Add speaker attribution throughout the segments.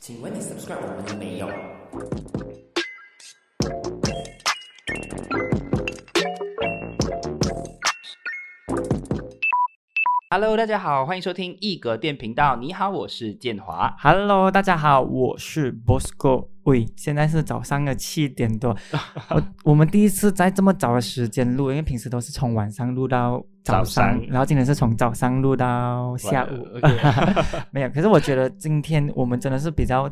Speaker 1: 请问你 subscribe 我们了没有？Hello，大家好，欢迎收听一格电频道。你好，我是建华。
Speaker 2: Hello，大家好，我是 Bosco。喂，现在是早上的七点 多，我我们第一次在这么早的时间录，因为平时都是从晚上录到
Speaker 1: 早
Speaker 2: 早上，
Speaker 1: 上呃
Speaker 2: 然后今天是从早上录到下午。 没有，可是我觉得今天我们真的是比较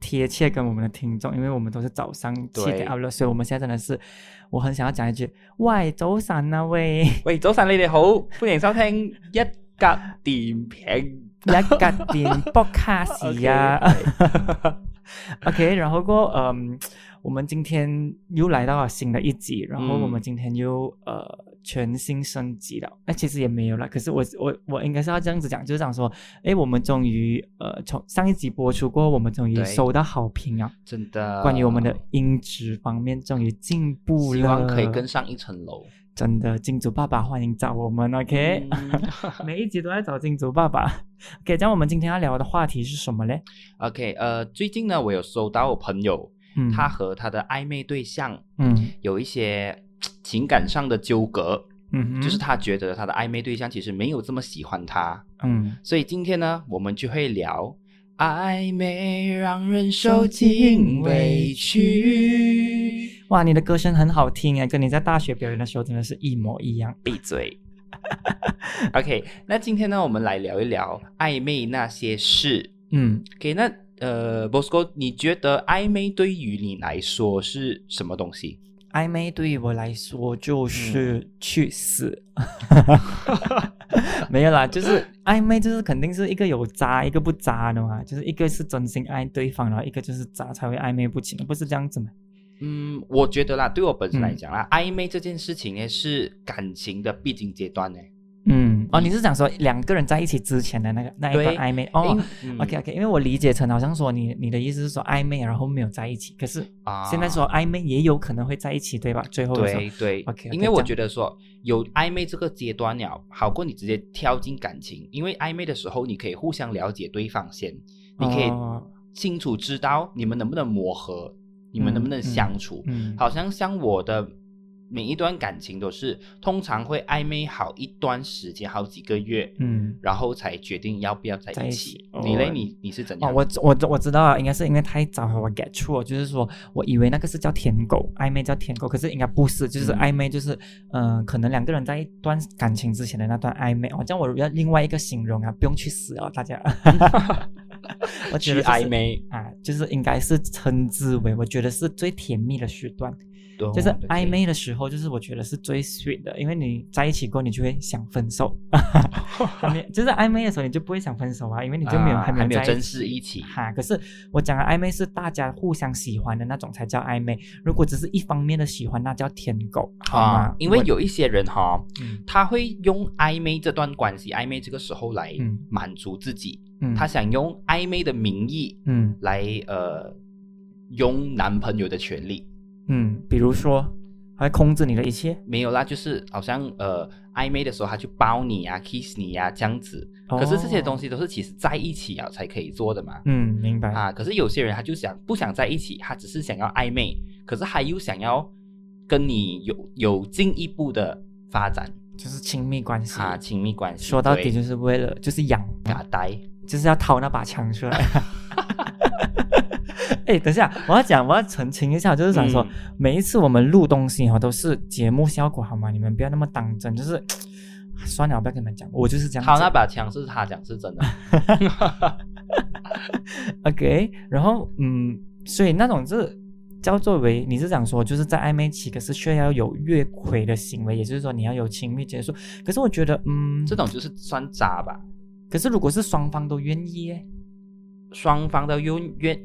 Speaker 2: 贴切跟我们的听众，因为我们都是早上
Speaker 1: 对
Speaker 2: 七点 up 了，所以我们现在真的是，我很想要讲一句，喂，早晨啊喂，
Speaker 1: 喂，早晨你哋好，欢迎收听一格电 评。
Speaker 2: 一格电 podcast 啊。OK，然 后过后嗯，我们今天又来到了新的一集，然后我们
Speaker 1: 嗯
Speaker 2: 今天又呃全新升级了。那其实也没有了，可是我我我应该是要这样子讲，就是讲说，诶，我们终于呃从上一集播出过后，我们终于
Speaker 1: 对
Speaker 2: 收到好评啊，
Speaker 1: 真的，
Speaker 2: 关于我们的音质方面终于进步了，
Speaker 1: 希望可以跟上一层楼。
Speaker 2: 真的金主爸爸欢迎找我们，OK，、每
Speaker 1: 嗯
Speaker 2: 一集都在找金主爸爸。OK，这样我们今天要聊的话题是什么嘞？
Speaker 1: OK，呃，最近呢，我有收到我朋友，
Speaker 2: 嗯，
Speaker 1: 他和他的暧昧对象
Speaker 2: 嗯
Speaker 1: 有一些嘖情感上的纠葛，
Speaker 2: 嗯哼，
Speaker 1: 就是他觉得他的暧昧对象其实没有这么喜欢他，
Speaker 2: 嗯。
Speaker 1: 所以今天呢，我们就会聊暧昧让人受尽委屈。
Speaker 2: 哇，你的歌声很好听哎，跟你在大学表演的时候真的是一模一样。
Speaker 1: 闭嘴。OK，那今天呢，我们来聊一聊暧昧那些事。
Speaker 2: 嗯，
Speaker 1: OK，那呃，Bosco，你觉得暧昧对于你来说是什么东西？
Speaker 2: 暧昧对于我来说
Speaker 1: 嗯
Speaker 2: 就是去死， 没有啦，就是暧昧就是肯定是一个有渣，一个不渣的嘛，就是一个是真心爱对方，然后一个就是渣才会暧昧不清，不是这样子吗？
Speaker 1: 嗯，我觉得啦，对我本身来
Speaker 2: 嗯
Speaker 1: 讲啦，暧昧这件事情呢是感情的必经阶段呢。
Speaker 2: 嗯，哦，你是想说两个人在一起之前的那个那一段
Speaker 1: 对
Speaker 2: 暧昧哦
Speaker 1: 因、嗯
Speaker 2: o k OK，因为我理解成好像说你你的意思是说暧昧，然后没有在一起，可是
Speaker 1: 啊
Speaker 2: 现在说暧昧也有可能会在一起，对吧？最后的时候
Speaker 1: 对对
Speaker 2: OK，OK，
Speaker 1: 因为我觉得说有暧昧这个阶段了，好过你直接跳进感情，因为暧昧的时候你可以互相了解对方先，你可以
Speaker 2: 哦
Speaker 1: 清楚知道你们能不能磨合，你们能不能
Speaker 2: 嗯
Speaker 1: 相处。
Speaker 2: 嗯，
Speaker 1: 好像像我的每一段感情都是通常会暧昧好一段时间，好几个月，
Speaker 2: 嗯，
Speaker 1: 然后才决定要不要在
Speaker 2: 在
Speaker 1: 一
Speaker 2: 一
Speaker 1: 起
Speaker 2: 起。哦
Speaker 1: 你嘞，你你是怎
Speaker 2: 哦，
Speaker 1: 样？
Speaker 2: 我我我知道了，应该是因为太早了，我 get 错，就是说我以为那个是叫舔狗，暧昧叫舔狗，可是应该不是，就是
Speaker 1: 嗯
Speaker 2: 暧昧就是，嗯、可能两个人在一段感情之前的那段暧昧，哦，这样我要另外一个形容啊，不用去死哦，大家， 我觉
Speaker 1: 去
Speaker 2: 得、就是、
Speaker 1: 暧昧，
Speaker 2: 啊，就是应该是称之为，我觉得是最甜蜜的时段，
Speaker 1: 懂
Speaker 2: 就是
Speaker 1: 哦对
Speaker 2: 暧昧的时候，就是我觉得是最 sweet 的，因为你在一起过，你就会想 分手。还没就是暧昧的时候，你就不会想分手啊，因为你就没有、
Speaker 1: 啊
Speaker 2: 没有
Speaker 1: 还没有
Speaker 2: 在
Speaker 1: 正式一起
Speaker 2: 哈。可是我讲的暧昧是大家互相喜欢的那种才叫暧昧，如果只是一方面的喜欢，那叫舔狗，好吗？
Speaker 1: 啊，因为
Speaker 2: 我
Speaker 1: 有一些人哈、
Speaker 2: 嗯
Speaker 1: 他会用暧昧这段关系、暧昧这个时候来
Speaker 2: 嗯
Speaker 1: 满足自己，
Speaker 2: 嗯
Speaker 1: 他想用暧昧的名义
Speaker 2: 嗯
Speaker 1: 来呃用男朋友的权利。
Speaker 2: 嗯，比如说还控制你的一切，
Speaker 1: 没有啦，就是好像呃暧昧的时候，他去抱你啊、kiss 你啊这样子。
Speaker 2: 哦
Speaker 1: 可是这些东西都是其实在一起啊才可以做的嘛。
Speaker 2: 嗯，明白
Speaker 1: 啊，可是有些人他就想不想在一起，他只是想要暧昧，可是他又想要跟你有有进一步的发展
Speaker 2: 就是亲密关系。
Speaker 1: 啊，亲密关系。
Speaker 2: 说到底
Speaker 1: 对
Speaker 2: 就是为了就是养
Speaker 1: 傻呆。
Speaker 2: 就是要掏那把枪出来。 哎，等一下，我要讲，我要澄清一下，就是想说，
Speaker 1: 嗯
Speaker 2: 每一次我们录东西哈，都是节目效果好吗？你们不要那么当真，就是算了，我不要跟你们讲，我就是这样子。
Speaker 1: 他那把枪是他讲是真 的，
Speaker 2: OK，然后嗯，所以那种是叫作为你是想说，就是在暧昧期，可是却要有越轨的行为，也就是说你要有亲密接触。可是我觉得，嗯，
Speaker 1: 这种就是算渣吧。
Speaker 2: 可是如果是双方都愿意耶，
Speaker 1: 双方都愿愿，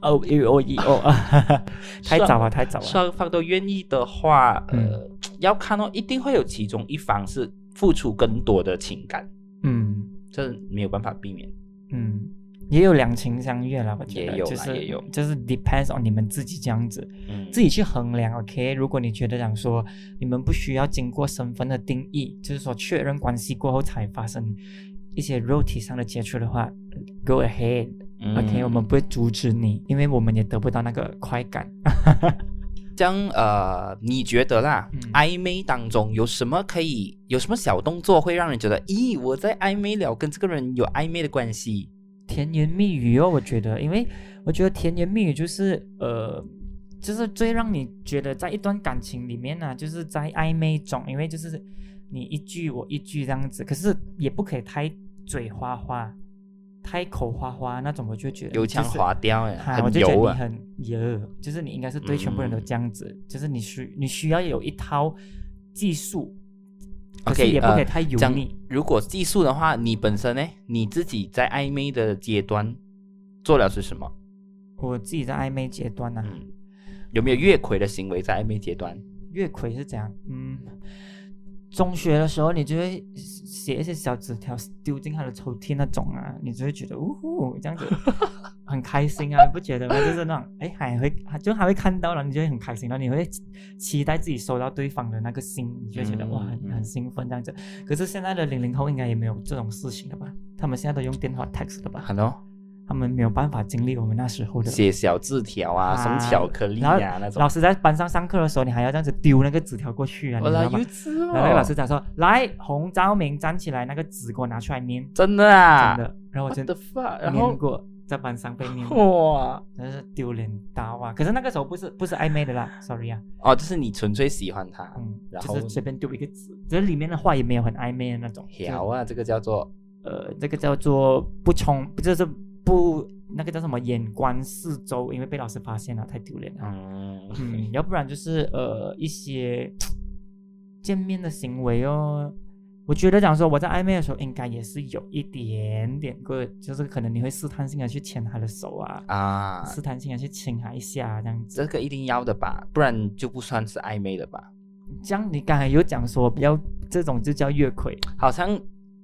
Speaker 2: 哦哦哦哦， 太早了，太早了。
Speaker 1: 双方都愿意的话，呃
Speaker 2: 嗯，
Speaker 1: 要看哦，一定会有其中一方是付出更多的情感，
Speaker 2: 嗯
Speaker 1: 这没有办法避免。
Speaker 2: 嗯，也有两情相悦啦，我觉得
Speaker 1: 也有啦
Speaker 2: 就是
Speaker 1: 也有
Speaker 2: 就是 depends on 你们自己这样子，
Speaker 1: 嗯，
Speaker 2: 自己去衡量。OK，如果你觉得讲说你们不需要经过身份的定义，就是说确认关系过后才发生一些肉体上的接触的话，go ahead。
Speaker 1: 嗯
Speaker 2: OK，我们不会阻止你，因为我们也得不到那个快感。
Speaker 1: 将呃，你觉得啦
Speaker 2: 嗯，
Speaker 1: 暧昧当中有什么可以，有什么小动作会让人觉得，咦，我在暧昧了，跟这个人有暧昧的关系？
Speaker 2: 甜言蜜语哦，我觉得，因为我觉得甜言蜜语就是呃，就是最让你觉得在一段感情里面呢、啊就是在暧昧中，因为就是你一句我一句这样子，可是也不可以太嘴花花、太口花花那种，我就觉得
Speaker 1: 油腔
Speaker 2: 就是
Speaker 1: 滑调哎，
Speaker 2: 哈，我
Speaker 1: 很
Speaker 2: 就觉得
Speaker 1: 油
Speaker 2: 你
Speaker 1: 啊。
Speaker 2: 很油，就是你应该是对全部人都这样子，就是你需你需要有一套技术，可是
Speaker 1: OK，
Speaker 2: 也不可
Speaker 1: 呃
Speaker 2: 以太油
Speaker 1: 这样
Speaker 2: 腻。
Speaker 1: 如果技术的话，你本身呢，你自己在暧昧的阶段做了是什么？
Speaker 2: 我自己在暧昧阶段呢、啊
Speaker 1: 嗯，有没有越轨的行为在暧昧阶段？
Speaker 2: 月葵是怎样？嗯，中学的时候你就会写一些小纸条丢进他的抽屉那种啊，你就会觉得呜呼这 样子很开心啊，你不觉得吗？就是那种 哎还会就还会看到了，你就会很开心，然后啊你会期期待自己收到对方的那个信，你就会觉得、
Speaker 1: 嗯
Speaker 2: 哇很
Speaker 1: 嗯
Speaker 2: 很兴奋这样子。可是现在的零零后应该也没有这种事情了吧？他们现在都用电话 text 了吧？
Speaker 1: ，Hello，
Speaker 2: 他们没有办法经历我们那时候的
Speaker 1: 写小字条啊，什么巧克力
Speaker 2: 然
Speaker 1: 啊
Speaker 2: 后
Speaker 1: 那种
Speaker 2: 老。师在班上上课的时候，你还要这样子丢那个纸条过去啊，你
Speaker 1: 我
Speaker 2: 知
Speaker 1: 来
Speaker 2: 道吗
Speaker 1: 幼？稚
Speaker 2: 然后那个
Speaker 1: 哦
Speaker 2: 老，师讲说：“来，洪昭明站起来，那个纸给我拿出来念。”
Speaker 1: 真的啊
Speaker 2: 真，的，然后我
Speaker 1: 我
Speaker 2: 就
Speaker 1: 的 fuck，然后哦
Speaker 2: 念过，在班 上被念过，
Speaker 1: 哇，
Speaker 2: 真是丢脸到啊！可是那个时候不是不是暧昧 的啦，sorry 啊，
Speaker 1: 哦，就是你纯粹喜欢他，
Speaker 2: 嗯，
Speaker 1: 然
Speaker 2: 就
Speaker 1: 后
Speaker 2: 是随便丢一个纸，这里面的话也没有很暧昧的那种。就是
Speaker 1: 屌啊，这个叫做
Speaker 2: 呃，这个叫做不冲，就是不那个叫什么眼观四周，因为被老师发现了，太丢脸了。
Speaker 1: 嗯
Speaker 2: 嗯，要不然就是呃一些见面的行为哦。我觉得讲说我在暧昧的时候，应该也是有一点点过，就是可能你会试探性的去牵他的手啊，
Speaker 1: 啊，
Speaker 2: 试探性的去亲他一下啊这样子。
Speaker 1: 这个一定要的吧，不然就不算是暧昧了吧？
Speaker 2: 这样你刚才有讲说比较这种就叫越轨
Speaker 1: 好像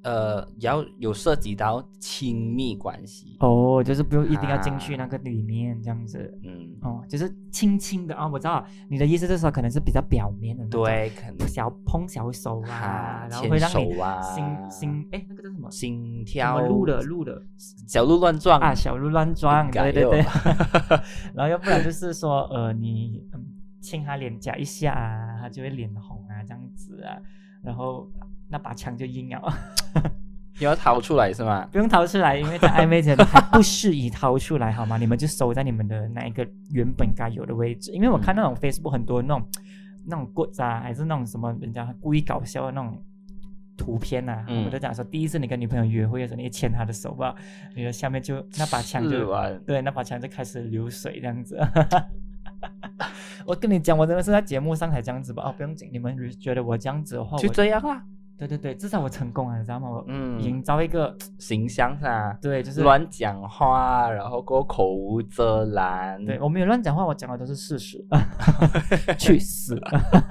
Speaker 1: 呃，也要有涉及到亲密关系，
Speaker 2: 哦，就是不用一定要进去那个里面这样子。
Speaker 1: 嗯，
Speaker 2: 哦，就是轻轻的啊、我知道你的意思，就是说可能是比较表面的那种，
Speaker 1: 对，可能
Speaker 2: 小碰小手啊
Speaker 1: 啊，，
Speaker 2: 然后会
Speaker 1: 牵
Speaker 2: 让你
Speaker 1: 手啊，
Speaker 2: 心心哎那个叫什么？
Speaker 1: 心
Speaker 2: 什
Speaker 1: 跳
Speaker 2: 么路的路的
Speaker 1: 小鹿乱撞
Speaker 2: 啊，小鹿乱撞，
Speaker 1: 改
Speaker 2: 对对对
Speaker 1: 哟。
Speaker 2: 然后要不然就是说，呃，你嗯亲他脸颊一下啊，他就会脸红啊，这样子啊，然后那把枪就硬了，
Speaker 1: 你要逃出来是吗？
Speaker 2: 不用掏出来，因为在暧昧阶段还不适宜掏出来，好吗？你们就收在你们的那一个原本该有的位置，因为我看那种 Facebook 很多那种那种 g o 啊，还是那种什么人家故意搞笑的那种。图片啊，
Speaker 1: 嗯
Speaker 2: 我就讲说，第一次你跟女朋友约会的时候，你一牵她的手吧，你的下面就那把枪
Speaker 1: 是啊
Speaker 2: 就哦
Speaker 1: 吧？
Speaker 2: 对，那把枪就开始流水这样子。 我跟你讲，我真的是在节目上才这样子吧？哦，不用紧，你们如觉得我这样子的话，
Speaker 1: 就
Speaker 2: 我
Speaker 1: 这样啦，
Speaker 2: 对对对，至少我成功了，你知道吗？我营
Speaker 1: 嗯，
Speaker 2: 造一个、
Speaker 1: 形象啊，
Speaker 2: 对，就是
Speaker 1: 乱讲话，然后过后口无遮拦，
Speaker 2: 对我没有乱讲话，我讲的都是事 实。去死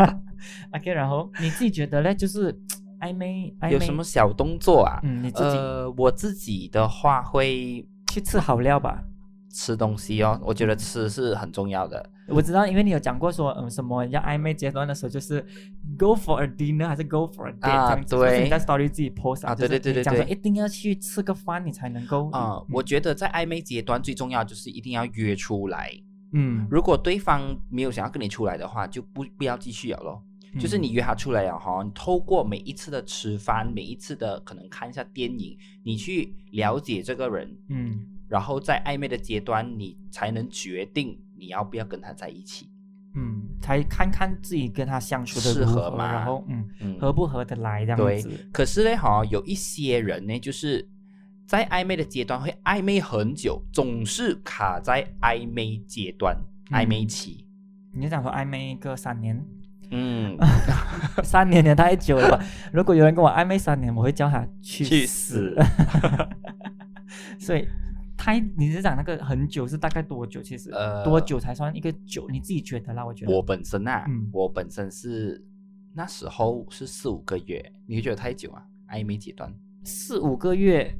Speaker 2: ！OK，然后你自己觉得嘞，就是暧昧暧昧
Speaker 1: 有什么？小动作啊？
Speaker 2: 哎嗯，你自己
Speaker 1: 呃，我自己的话会
Speaker 2: 去吃好料吧。
Speaker 1: 吃东西哦，我觉得吃是很重要的。
Speaker 2: 我知道，因为你有讲过说，嗯，什么要暧昧阶段的时候，就是 go for a dinner 还是 go for a date，、
Speaker 1: 啊
Speaker 2: 这样子就是
Speaker 1: 对
Speaker 2: 你在 story 自己 post
Speaker 1: 啊对
Speaker 2: 就是
Speaker 1: 对对
Speaker 2: 你讲说
Speaker 1: 对对
Speaker 2: 一定要去吃个饭，你才能够
Speaker 1: 啊、
Speaker 2: 嗯
Speaker 1: 我觉得在暧昧阶段最重要就是一定要约出来。
Speaker 2: 嗯，
Speaker 1: 如果对方没有想要跟你出来的话，就不不要继续了咯。
Speaker 2: 嗯
Speaker 1: 就是你约他出来了哈，你透过每一次的吃饭，每一次的可能看一下电影，你去了解这个人，
Speaker 2: 嗯
Speaker 1: 然后在暧昧的阶段，你才能决定你要不要跟他在一起。
Speaker 2: 嗯，才看看自己跟他相处的
Speaker 1: 适
Speaker 2: 如
Speaker 1: 合
Speaker 2: 何
Speaker 1: 吗
Speaker 2: 然后嗯，
Speaker 1: 嗯，
Speaker 2: 合不合得来这样
Speaker 1: 对
Speaker 2: 子。
Speaker 1: 可是呢，哈，有一些人呢，就是在暧昧的阶段会暧昧很久，总是卡在暧昧阶段、
Speaker 2: 嗯
Speaker 1: 暧昧期。
Speaker 2: 你就想说暧昧个三年，
Speaker 1: 嗯，
Speaker 2: 三年也太 久了吧？如果有人跟我暧昧三年，我会叫他去
Speaker 1: 去
Speaker 2: 死
Speaker 1: 死。
Speaker 2: 所以，他你是讲那个很久是大概多久？其实、
Speaker 1: 呃
Speaker 2: 多久才算一个久？你自己觉得啦？我觉得
Speaker 1: 我本身啊，
Speaker 2: 嗯
Speaker 1: 我本身是那时候是四五个月，你会觉得太久啊？暧昧阶段，
Speaker 2: 四五个月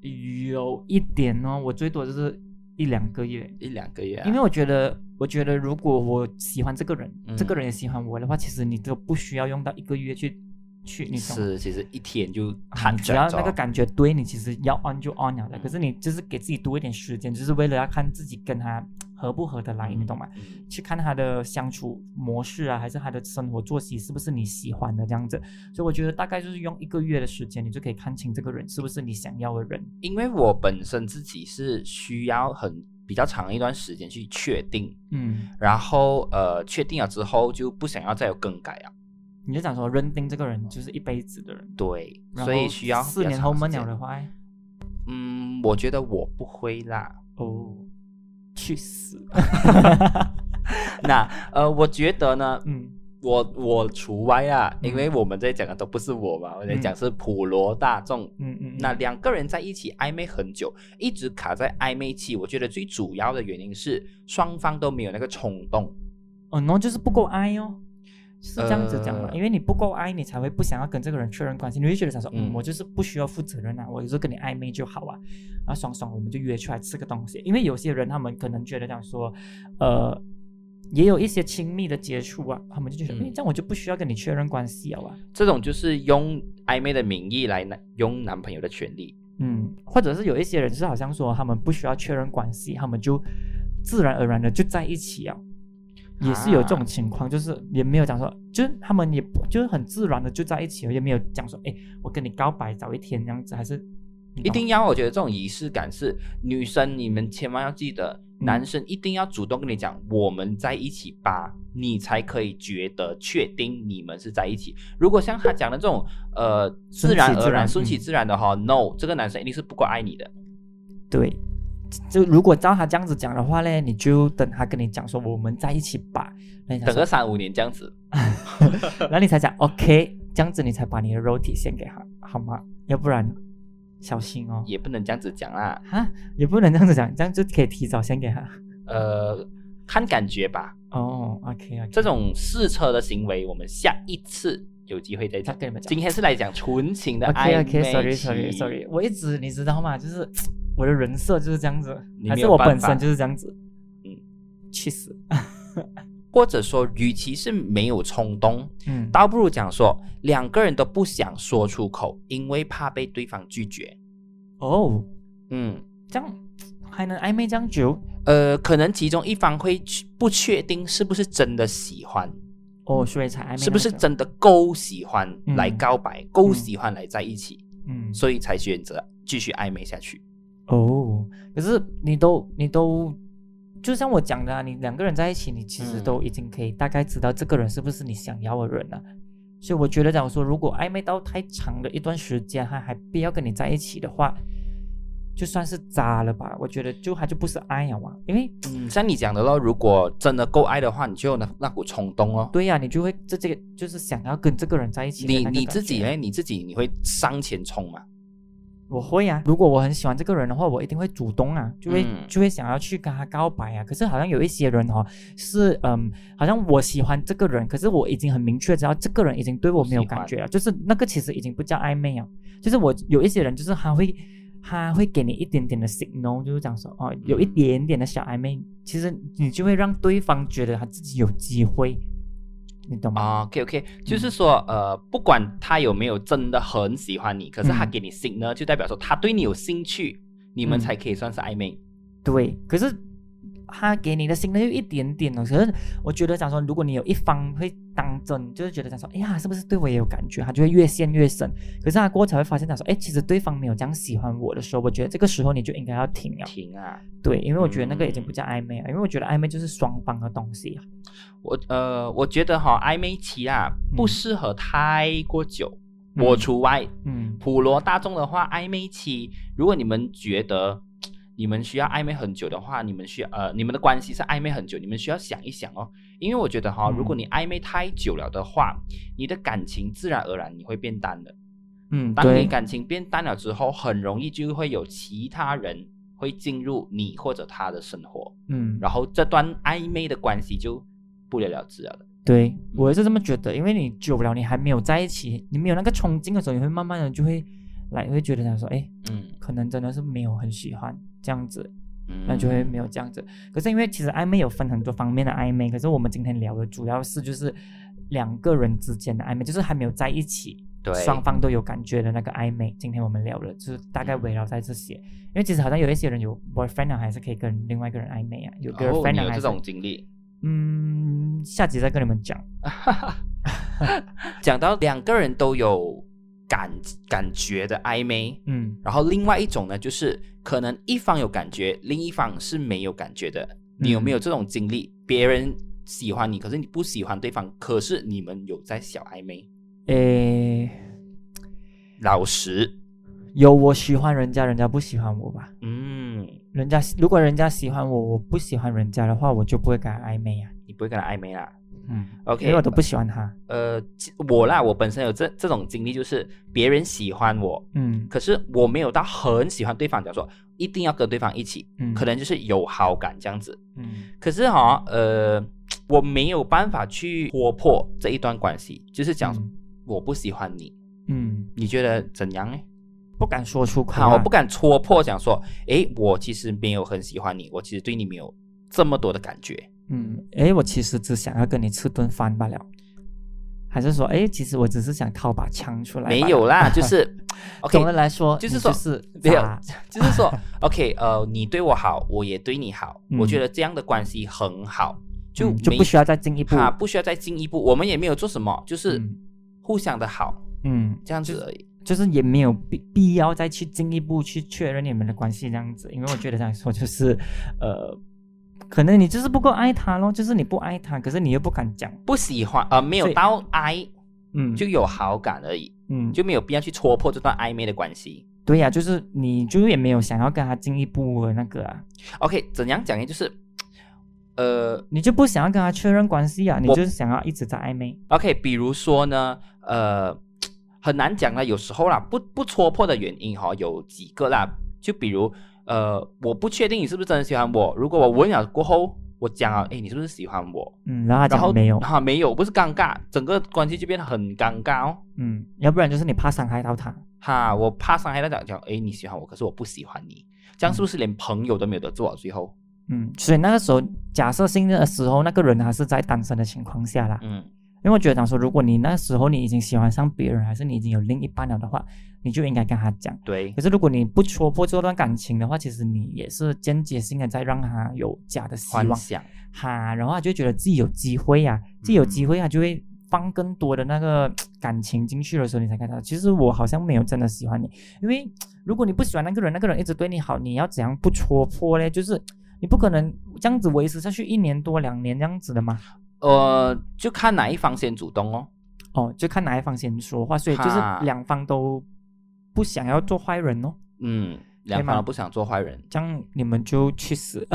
Speaker 2: 有一点哦，我最多就是一两个月，
Speaker 1: 一两个月、啊，
Speaker 2: 因为我觉得，我觉得如果我喜欢这个人，
Speaker 1: 嗯
Speaker 2: 这个人也喜欢我的话，其实你都不需要用到一个月去去，你懂吗？
Speaker 1: 是，其实一天就
Speaker 2: 啊
Speaker 1: 看
Speaker 2: 只要那个感觉对你，其实要 on 就 on
Speaker 1: 嗯
Speaker 2: 了的。可是你就是给自己多一点时间，就是为了要看自己跟他合不合得来，
Speaker 1: 嗯
Speaker 2: 你懂吗？去看他的相处模式啊，还是他的生活作息是不是你喜欢的这样子。所以我觉得大概就是用一个月的时间，你就可以看清这个人是不是你想要的人。
Speaker 1: 因为我本身自己是需要很比较长一段时间去确定，
Speaker 2: 嗯，
Speaker 1: 然后呃确定了之后就不想要再有更改啊。
Speaker 2: 你就讲说认定这个人就是一辈子的人，
Speaker 1: 对，
Speaker 2: 然
Speaker 1: 所以
Speaker 2: 后
Speaker 1: 需要
Speaker 2: 四
Speaker 1: 比较
Speaker 2: 年
Speaker 1: 长
Speaker 2: 后
Speaker 1: 时
Speaker 2: 闷
Speaker 1: 间
Speaker 2: 了的话，哎
Speaker 1: 嗯，我觉得我不会啦。
Speaker 2: 哦，去死！
Speaker 1: 那呃，我觉得呢，
Speaker 2: 嗯，
Speaker 1: 我我除外啊，
Speaker 2: 嗯
Speaker 1: 因为我们在讲的都不是我嘛，我在
Speaker 2: 嗯
Speaker 1: 讲是普罗大众。
Speaker 2: 嗯嗯，
Speaker 1: 那两个人在一起暧昧很久，一直卡在暧昧期，我觉得最主要的原因是双方都没有那个冲动。
Speaker 2: 哦，然后就是不够爱哦，是这样子讲嘛？
Speaker 1: 呃
Speaker 2: 因为你不够爱，你才会不想要跟这个人确认关系，你会觉得想说，嗯，
Speaker 1: 嗯
Speaker 2: 我就是不需要负责任啊，我就是跟你暧昧就好啊，然后爽爽我们就约出来吃个东西。因为有些人他们可能觉得讲说，呃，也有一些亲密的接触啊，他们就觉得，
Speaker 1: 嗯
Speaker 2: 哎、这样我就不需要跟你确认关系了啊。
Speaker 1: 这种就是用暧昧的名义来拿用男朋友的权利。
Speaker 2: 嗯，或者是有一些人是好像说他们不需要确认关系，他们就自然而然的就在一起啊，也是有这种情况，就是也没有讲说，就是他们也不就是很自然的就在一起了，也没有讲说，哎，我跟你告白早一天这样子，还是你
Speaker 1: 一
Speaker 2: 懂
Speaker 1: 定要，我觉得这种仪式感是女生，你们千万要记得，
Speaker 2: 嗯
Speaker 1: 男生一定要主动跟你讲我们在一起吧，你才可以觉得确定你们是在一起。如果像他讲的这种，呃，自
Speaker 2: 顺其
Speaker 1: 然而
Speaker 2: 自然
Speaker 1: 然、顺其
Speaker 2: 嗯
Speaker 1: 自然的哈、n o 这个男生一定是不够爱你的。
Speaker 2: 对。就如果照他这样子讲的话嘞，你就等他跟你讲说我们在一起 吧，然后你才
Speaker 1: 等
Speaker 2: 说
Speaker 1: 个三五年这样子，
Speaker 2: 然后你才讲 OK，这样子你才把你的肉体献给他，好吗？要不然小心 哦。
Speaker 1: 也不能这样子讲啦，
Speaker 2: 啊，也不能这样子讲，这样就可以提早先给他。
Speaker 1: 呃，看感觉吧。
Speaker 2: 哦，OK OK，
Speaker 1: 这种试车的行为，我们下一次有机会再
Speaker 2: 他
Speaker 1: 讲。
Speaker 2: 跟你们讲
Speaker 1: 今。天是来讲纯情的暧昧
Speaker 2: OK OK Sorry
Speaker 1: 期
Speaker 2: Sorry Sorry，我一直你知道吗？就是我的人设就是这样子，
Speaker 1: 你
Speaker 2: 还
Speaker 1: 没
Speaker 2: 是
Speaker 1: 有
Speaker 2: 我
Speaker 1: 办
Speaker 2: 本
Speaker 1: 法
Speaker 2: 身就是这样子。
Speaker 1: 嗯，
Speaker 2: 去死。
Speaker 1: 或者说，与其是没有冲动，
Speaker 2: 嗯，
Speaker 1: 倒不如讲说两个人都不想说出口，因为怕被对方拒绝。
Speaker 2: 哦，
Speaker 1: 嗯，
Speaker 2: 这样还能暧昧这样久？
Speaker 1: 呃，可能其中一方会去不确定是不是真的喜欢，
Speaker 2: 哦，所以才暧昧，
Speaker 1: 嗯是不是？真的够喜欢
Speaker 2: 嗯
Speaker 1: 来告白，够喜欢来在一起，
Speaker 2: 嗯，
Speaker 1: 所以才选择继续暧昧下去。
Speaker 2: 哦，可是你都你都，就像我讲的、啊，你两个人在一起，你其实
Speaker 1: 嗯
Speaker 2: 都已经可以大概知道这个人是不是你想要的人了、所以我觉得，讲说如果暧昧到太长的一段时间，他还不要跟你在一起的话，就算是渣了吧？我觉得就他就不是爱了嘛，因为
Speaker 1: 嗯，像你讲的咯，如果真的够爱的话，你就有那那股冲动哦。
Speaker 2: 对呀、你就会这这个就是想要跟这个人在一起的
Speaker 1: 你
Speaker 2: 那个
Speaker 1: 你
Speaker 2: 感
Speaker 1: 自己
Speaker 2: 觉
Speaker 1: 呢？你自己你会上前冲吗？
Speaker 2: 我会啊，如果我很喜欢这个人的话，我一定会主动啊，就会、
Speaker 1: 嗯
Speaker 2: 就会想要去跟他告白啊。可是好像有一些人哦，是嗯，好像我喜欢这个人，可是我已经很明确知道这个人已经对我没有感觉了，就是那个其实已经不叫暧昧啊。就是我有一些人，就是他会他会给你一点点的 signal，就是讲说哦，有一
Speaker 1: 嗯
Speaker 2: 点点的小暧昧，其实你就会让对方觉得他自己有机会，你懂吗？
Speaker 1: 啊，OK OK，就是说，呃，不管他有没有真的很喜欢你，可是他
Speaker 2: 嗯
Speaker 1: 给你 signal，就代表说他对你有兴趣，你们
Speaker 2: 嗯
Speaker 1: 才可以算是暧昧。
Speaker 2: 对，可是他给你的心呢，又一点点哦。可是我觉得讲说，如果你有一方会当真，就是觉得讲说，哎呀，是不是对我也有感觉？他就会越陷越深。可是他过后才会发现，讲说，哎，其实对方没有这样喜欢我的时候，我觉得这个时候你就应该要停了。
Speaker 1: 停啊，
Speaker 2: 对，因为我觉得那个已经
Speaker 1: 嗯
Speaker 2: 不叫暧昧啊了，因为我觉得暧昧就是双方的东西啊。
Speaker 1: 我呃，我觉得哈，暧昧期啊，不
Speaker 2: 嗯
Speaker 1: 适合太过久，我
Speaker 2: 嗯
Speaker 1: 除外。
Speaker 2: 嗯
Speaker 1: 普罗大众的话，暧昧期，如果你们觉得你们需要暧昧很久的话，你们需要呃，你们的关系是暧昧很久，你们需要想一想哦，因为我觉得哈、
Speaker 2: 嗯
Speaker 1: 如果你暧昧太久了的话，你的感情自然而然你会变淡的。
Speaker 2: 嗯，
Speaker 1: 当你
Speaker 2: 对，
Speaker 1: 感情变淡了之后，很容易就会有其他人会进入你或者他的生活，
Speaker 2: 嗯，
Speaker 1: 然后这段暧昧的关系就不了了之了的。
Speaker 2: 对，我是这么觉得，因为你久了，你还没有在一起，你没有那个冲劲的时候，你会慢慢的就会来，会觉得讲说，哎，
Speaker 1: 嗯，
Speaker 2: 可能真的是没有很喜欢这样子。
Speaker 1: 嗯
Speaker 2: 那就会没有这样子。可是因为其实暧昧有分很多方面的暧昧，可是我们今天聊的主要是就是两个人之间的暧昧，就是还没有在一起
Speaker 1: 对
Speaker 2: 双方都有感觉的那个暧昧。今天我们聊了，就是大概围绕在这些，因为其实好像有一些人有 boyfriend 啊，还是可以跟另外一个人暧昧啊，有
Speaker 1: 然后哦你
Speaker 2: girlfriend 啊，
Speaker 1: 有
Speaker 2: 还
Speaker 1: 这
Speaker 2: 是
Speaker 1: 种经历，
Speaker 2: 嗯，下集再跟你们讲。
Speaker 1: 讲到两个人都有感感觉的暧昧，
Speaker 2: 嗯
Speaker 1: 然后另外一种呢，就是可能一方有感觉，另一方是没有感觉的。你有没有这种经历？别人喜欢你，可是你不喜欢对方，可是你们有在小暧昧？
Speaker 2: 嗯诶，
Speaker 1: 老实，
Speaker 2: 有我喜欢人家，人家不喜欢我吧？
Speaker 1: 嗯，
Speaker 2: 人家如果人家喜欢我，我不喜欢人家的话，我就不会跟他暧昧啊。
Speaker 1: 你不会跟他暧昧啦。
Speaker 2: 嗯
Speaker 1: OK，
Speaker 2: 因为我都不喜欢他。
Speaker 1: 呃，其我啦，我本身有这这种经历，就是别人喜欢我，
Speaker 2: 嗯
Speaker 1: 可是我没有到很喜欢对方，假如说一定要跟对方一起，
Speaker 2: 嗯，
Speaker 1: 可能就是有好感这样子。
Speaker 2: 嗯
Speaker 1: 可是哈、呃，我没有办法去戳破这一段关系，就是讲我不喜欢你，
Speaker 2: 嗯
Speaker 1: 你觉得怎样呢？
Speaker 2: 不敢说出口、
Speaker 1: 好，
Speaker 2: 啊。
Speaker 1: 我不敢戳破，讲说，诶，我其实没有很喜欢你，我其实对你没有这么多的感觉。
Speaker 2: 嗯，诶，我其实只想要跟你吃顿饭罢了。还是说，诶，其实我只是想掏把枪出来罢了。
Speaker 1: 没有啦，就是 ，OK，
Speaker 2: 总的来说，
Speaker 1: 就是
Speaker 2: 你
Speaker 1: 说
Speaker 2: 是
Speaker 1: 没有
Speaker 2: 渣，
Speaker 1: 就是说，OK，呃，你对我好，我也对你好，
Speaker 2: 嗯
Speaker 1: 我觉得这样的关系很好，就
Speaker 2: 嗯就
Speaker 1: 没
Speaker 2: 不需要再进一步。
Speaker 1: 啊，不需要再进一步，我们也没有做什么，就是
Speaker 2: 嗯
Speaker 1: 互相的好
Speaker 2: 嗯，
Speaker 1: 这样子而已。
Speaker 2: 就是也没有必必要再去进一步去确认你们的关系这样子，因为我觉得这样说就是，呃，可能你就是不够爱他咯，就是你不爱他，可是你又不敢讲，
Speaker 1: 不喜欢，呃，没有
Speaker 2: 所以
Speaker 1: 到爱，
Speaker 2: 嗯，
Speaker 1: 就有好感而已，
Speaker 2: 嗯就
Speaker 1: 就没有必要去戳破这段暧昧的关系。
Speaker 2: 对呀、就是你就也没有想要跟他进一步的那个啊，
Speaker 1: OK，怎样讲呢？就是，呃
Speaker 2: 你就不想要跟他确认关系啊，你
Speaker 1: 我
Speaker 2: 就是想要一直在暧昧，
Speaker 1: ，OK，比如说呢，呃，很难讲啦，有时候啦，不不戳破的原因哈、有几个啦，就比如，呃，我不确定你是不是真的喜欢我，如果我问了过后，我讲啊，哎，你是不是喜欢我？
Speaker 2: 嗯，然后他
Speaker 1: 然后
Speaker 2: 讲没有，
Speaker 1: 哈、没有，不是尴尬，整个关系就变得很尴尬哦。
Speaker 2: 嗯，要不然就是你怕伤害到他，
Speaker 1: 哈，我怕伤害到讲讲，哎，你喜欢我，可是我不喜欢你，这样是不是连朋友都没有得做啊？最后，
Speaker 2: 嗯，所以那个时候假设信任的时候，那个人还是在单身的情况下啦，
Speaker 1: 嗯，
Speaker 2: 因为我觉得讲说，如果你那时候你已经喜欢上别人，还是你已经有另一半了的话，你就应该跟他讲。
Speaker 1: 对
Speaker 2: 可，是如果你不戳破这段感情的话，其实你也是间接性的在让他有家的希
Speaker 1: 幻
Speaker 2: 望
Speaker 1: 想，
Speaker 2: 哈，然后他就觉得自己有机会呀、自己有机会，他就会放更多的那个感情进去的时候，你才看到，其实我好像没有真的喜欢你，因为如果你不喜欢那个人，那个人一直对你好，你要怎样不戳破嘞？就是你不可能这样子维持下去一年多两年这样子的嘛。
Speaker 1: 呃，就看哪一方先主动哦。
Speaker 2: 哦，就看哪一方先说话，所以就是
Speaker 1: 哈
Speaker 2: 两方都不想要做坏人哦，
Speaker 1: 嗯，两
Speaker 2: 吗
Speaker 1: 方都不想做坏人。
Speaker 2: 这样你们就去死，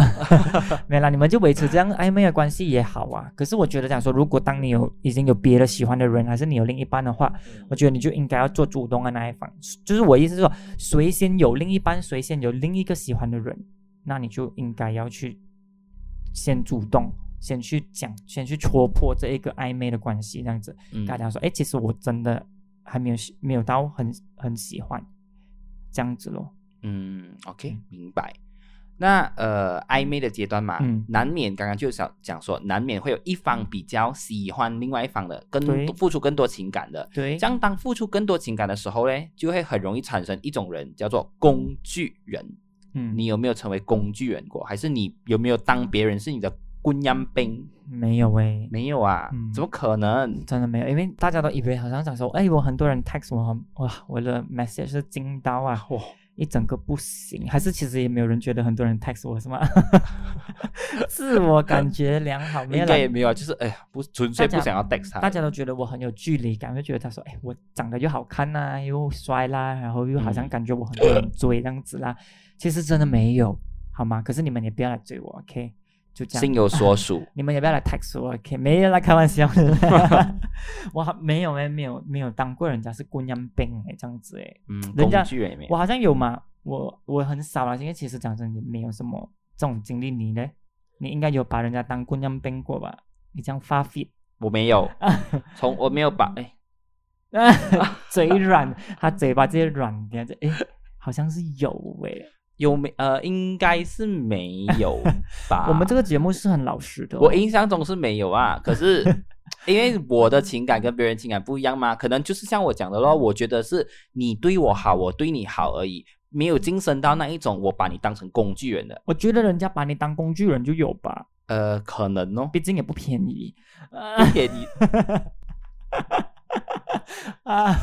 Speaker 2: 没啦，你们就维持这样暧昧的关系也好啊。可是我觉得讲说，如果当你有已经有别的喜欢的人，还是你有另一半的话，我觉得你就应该要做主动的啊那一方。就是我意思是说，谁先有另一半，谁先有另一个喜欢的人，那你就应该要去先主动。先去讲，先去戳破这一个暧昧的关系，这样子，
Speaker 1: 嗯，
Speaker 2: 大家说，哎，其实我真的还没有喜没有到很很喜欢这样子咯。
Speaker 1: 嗯，OK，
Speaker 2: 嗯
Speaker 1: 明白。那呃，暧昧的阶段嘛，
Speaker 2: 嗯
Speaker 1: 难免刚刚就想讲说，难免会有一方比较喜欢另外一方的，
Speaker 2: 对
Speaker 1: 更付出更多情感的。
Speaker 2: 对
Speaker 1: 这样当付出更多情感的时候呢，就会很容易产生一种人叫做工具人。
Speaker 2: 嗯，
Speaker 1: 你有没有成为工具人过？还是你有没有当别人是你的棍娘兵？
Speaker 2: 没有诶，
Speaker 1: 没有啊，
Speaker 2: 嗯
Speaker 1: 怎么可能？
Speaker 2: 真的没有，因为大家都以为好像想说，哎，我很多人 text 我，哇，我的 message 是惊到啊，
Speaker 1: 哇，
Speaker 2: 一整个不行，还是其实也没有人觉得很多人 text 我 是吗？自我感觉良好，没
Speaker 1: 应
Speaker 2: 有
Speaker 1: 该也
Speaker 2: 人。
Speaker 1: 没有啊，就是哎呀，不纯粹
Speaker 2: 大家
Speaker 1: 不想要 text 他。
Speaker 2: 大家都觉得我很有距离感，就觉得他说：“哎，我长得又好看呐、 又帅啦，然后又好像
Speaker 1: 嗯
Speaker 2: 感觉我很多人追这样子啦。其实真的没有，好吗？可是你们也不要来追我，OK？就这
Speaker 1: 心
Speaker 2: 样，
Speaker 1: 有所
Speaker 2: ，
Speaker 1: 属
Speaker 2: 你们也不要
Speaker 1: 嗯
Speaker 2: 来 text 我，OK？没有啦，开玩笑 的。 我还没有哎，没有没有当过人家是姑娘兵哎，这样子哎，
Speaker 1: 嗯，
Speaker 2: 人
Speaker 1: 工
Speaker 2: 家
Speaker 1: 具人也没有
Speaker 2: 我好像有嘛，我我很少啦，因为其实讲真，也没有什么这种经历。你呢？你应该有把人家当姑娘兵过吧？你这样发 fit
Speaker 1: 我没有，从我没有把哎，
Speaker 2: 嘴 软，他嘴巴直接软掉，这哎，好像是有哎、
Speaker 1: 有没呃，应该是没有吧？啊
Speaker 2: 我们这个节目是很老实的哦、
Speaker 1: 我印象中是没有啊，可是因为我的情感跟别人情感不一样嘛，可能就是像我讲的咯，我觉得是你对我好，我对你好而已，没有晋升到那一种我把你当成工具人的，
Speaker 2: 我觉得人家把你当工具人就有吧，
Speaker 1: 呃，可能 哦，
Speaker 2: 毕竟也不便 宜。啊
Speaker 1: 给你，
Speaker 2: 啊，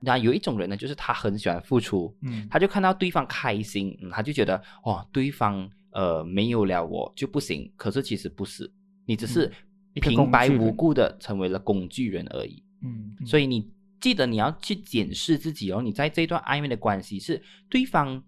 Speaker 1: 那有一种人呢，就是他很喜欢付出，
Speaker 2: 嗯，
Speaker 1: 他就看到对方开心，嗯，他就觉得哦，对方呃没有了我就不行，可是其实不是，你只是
Speaker 2: 一个
Speaker 1: 平白
Speaker 2: 工具人
Speaker 1: 无故的成为了工具人而已。
Speaker 2: 嗯，
Speaker 1: 所以你记得你要去检视自己哦，你在这段暧昧的关系是对方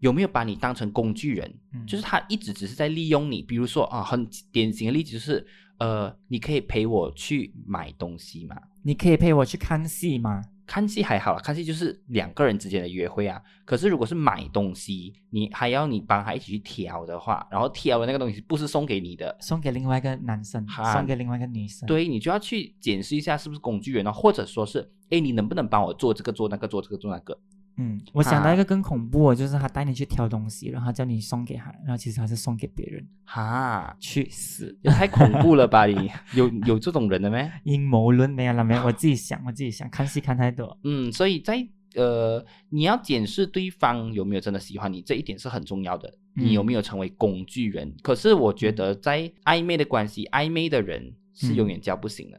Speaker 1: 有没有把你当成工具人，
Speaker 2: 嗯
Speaker 1: 就是他一直只是在利用你。比如说啊，很典型的例子就是，呃，你可以陪我去买东西嘛。
Speaker 2: 你可以陪我去看戏吗？
Speaker 1: 看戏还好啦，看戏就是两个人之间的约会啊。可是如果是买东西，你还要你帮他一起去挑的话，然后挑的那个东西不是送给你的，
Speaker 2: 送给另外一个男生，
Speaker 1: 哈
Speaker 2: 送给另外一个女生。，
Speaker 1: 对你就要去检视一下是不是工具人哦，或者说是，哎，你能不能帮我做这个做那个做这个做那个？
Speaker 2: 嗯，我想到
Speaker 1: 啊
Speaker 2: 一个更恐怖的，就是他带你去挑东西，然后他叫你送给他，然后其实他是送给别人，
Speaker 1: 哈，
Speaker 2: 去死！
Speaker 1: 也太恐怖了吧！你 有有这种人的咩？
Speaker 2: 阴谋论没有了，没有，我自己想，我自己想，看戏看太多。
Speaker 1: 嗯，所以在呃，你要检视对方有没有真的喜欢你，这一点是很重要的。你有没
Speaker 2: 嗯
Speaker 1: 有成为工具人？可是我觉得在暧昧的关系，暧昧的人是
Speaker 2: 嗯
Speaker 1: 永远交不醒的。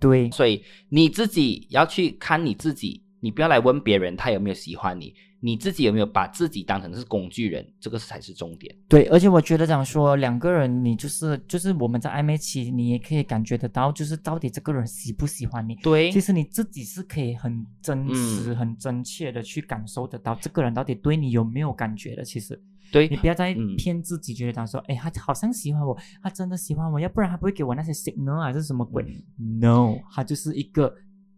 Speaker 2: 对，
Speaker 1: 所以你自己要去看你自己，你不要来问别人他有没有喜欢你，你自己有没有把自己当成是工具人，这个才是重点。
Speaker 2: 对，而且我觉得讲说两个人，你就是就是我们在暧昧期，你也可以感觉得到，就是到底这个人喜不喜欢你。
Speaker 1: 对
Speaker 2: 其实你自己是可以很真
Speaker 1: 嗯
Speaker 2: 实、很真切的去感受得到这个人到底对你有没有感觉的。其实
Speaker 1: 对
Speaker 2: 你，不要再
Speaker 1: 嗯
Speaker 2: 骗自己，觉得讲说，哎、他好像喜欢我，他真的喜欢我，要不然他不会给我那些 signal 啊还是什么鬼。No，他就是一个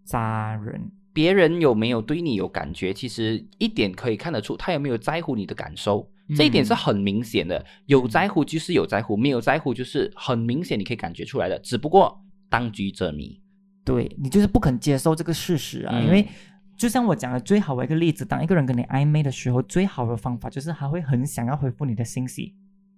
Speaker 2: 渣人。
Speaker 1: 别人有没有对你有感觉，其实一点可以看得出他有没有在乎你的感受，
Speaker 2: 嗯
Speaker 1: 这一点是很明显的。有在乎就是有在乎，没有在乎就是很明显，你可以感觉出来的。只不过当局者迷，
Speaker 2: 对你就是不肯接受这个事实啊，
Speaker 1: 嗯
Speaker 2: 因为就像我讲的，最好的一个例子，当一个人跟你暧昧的时候，最好的方法就是他会很想要回复你的信息。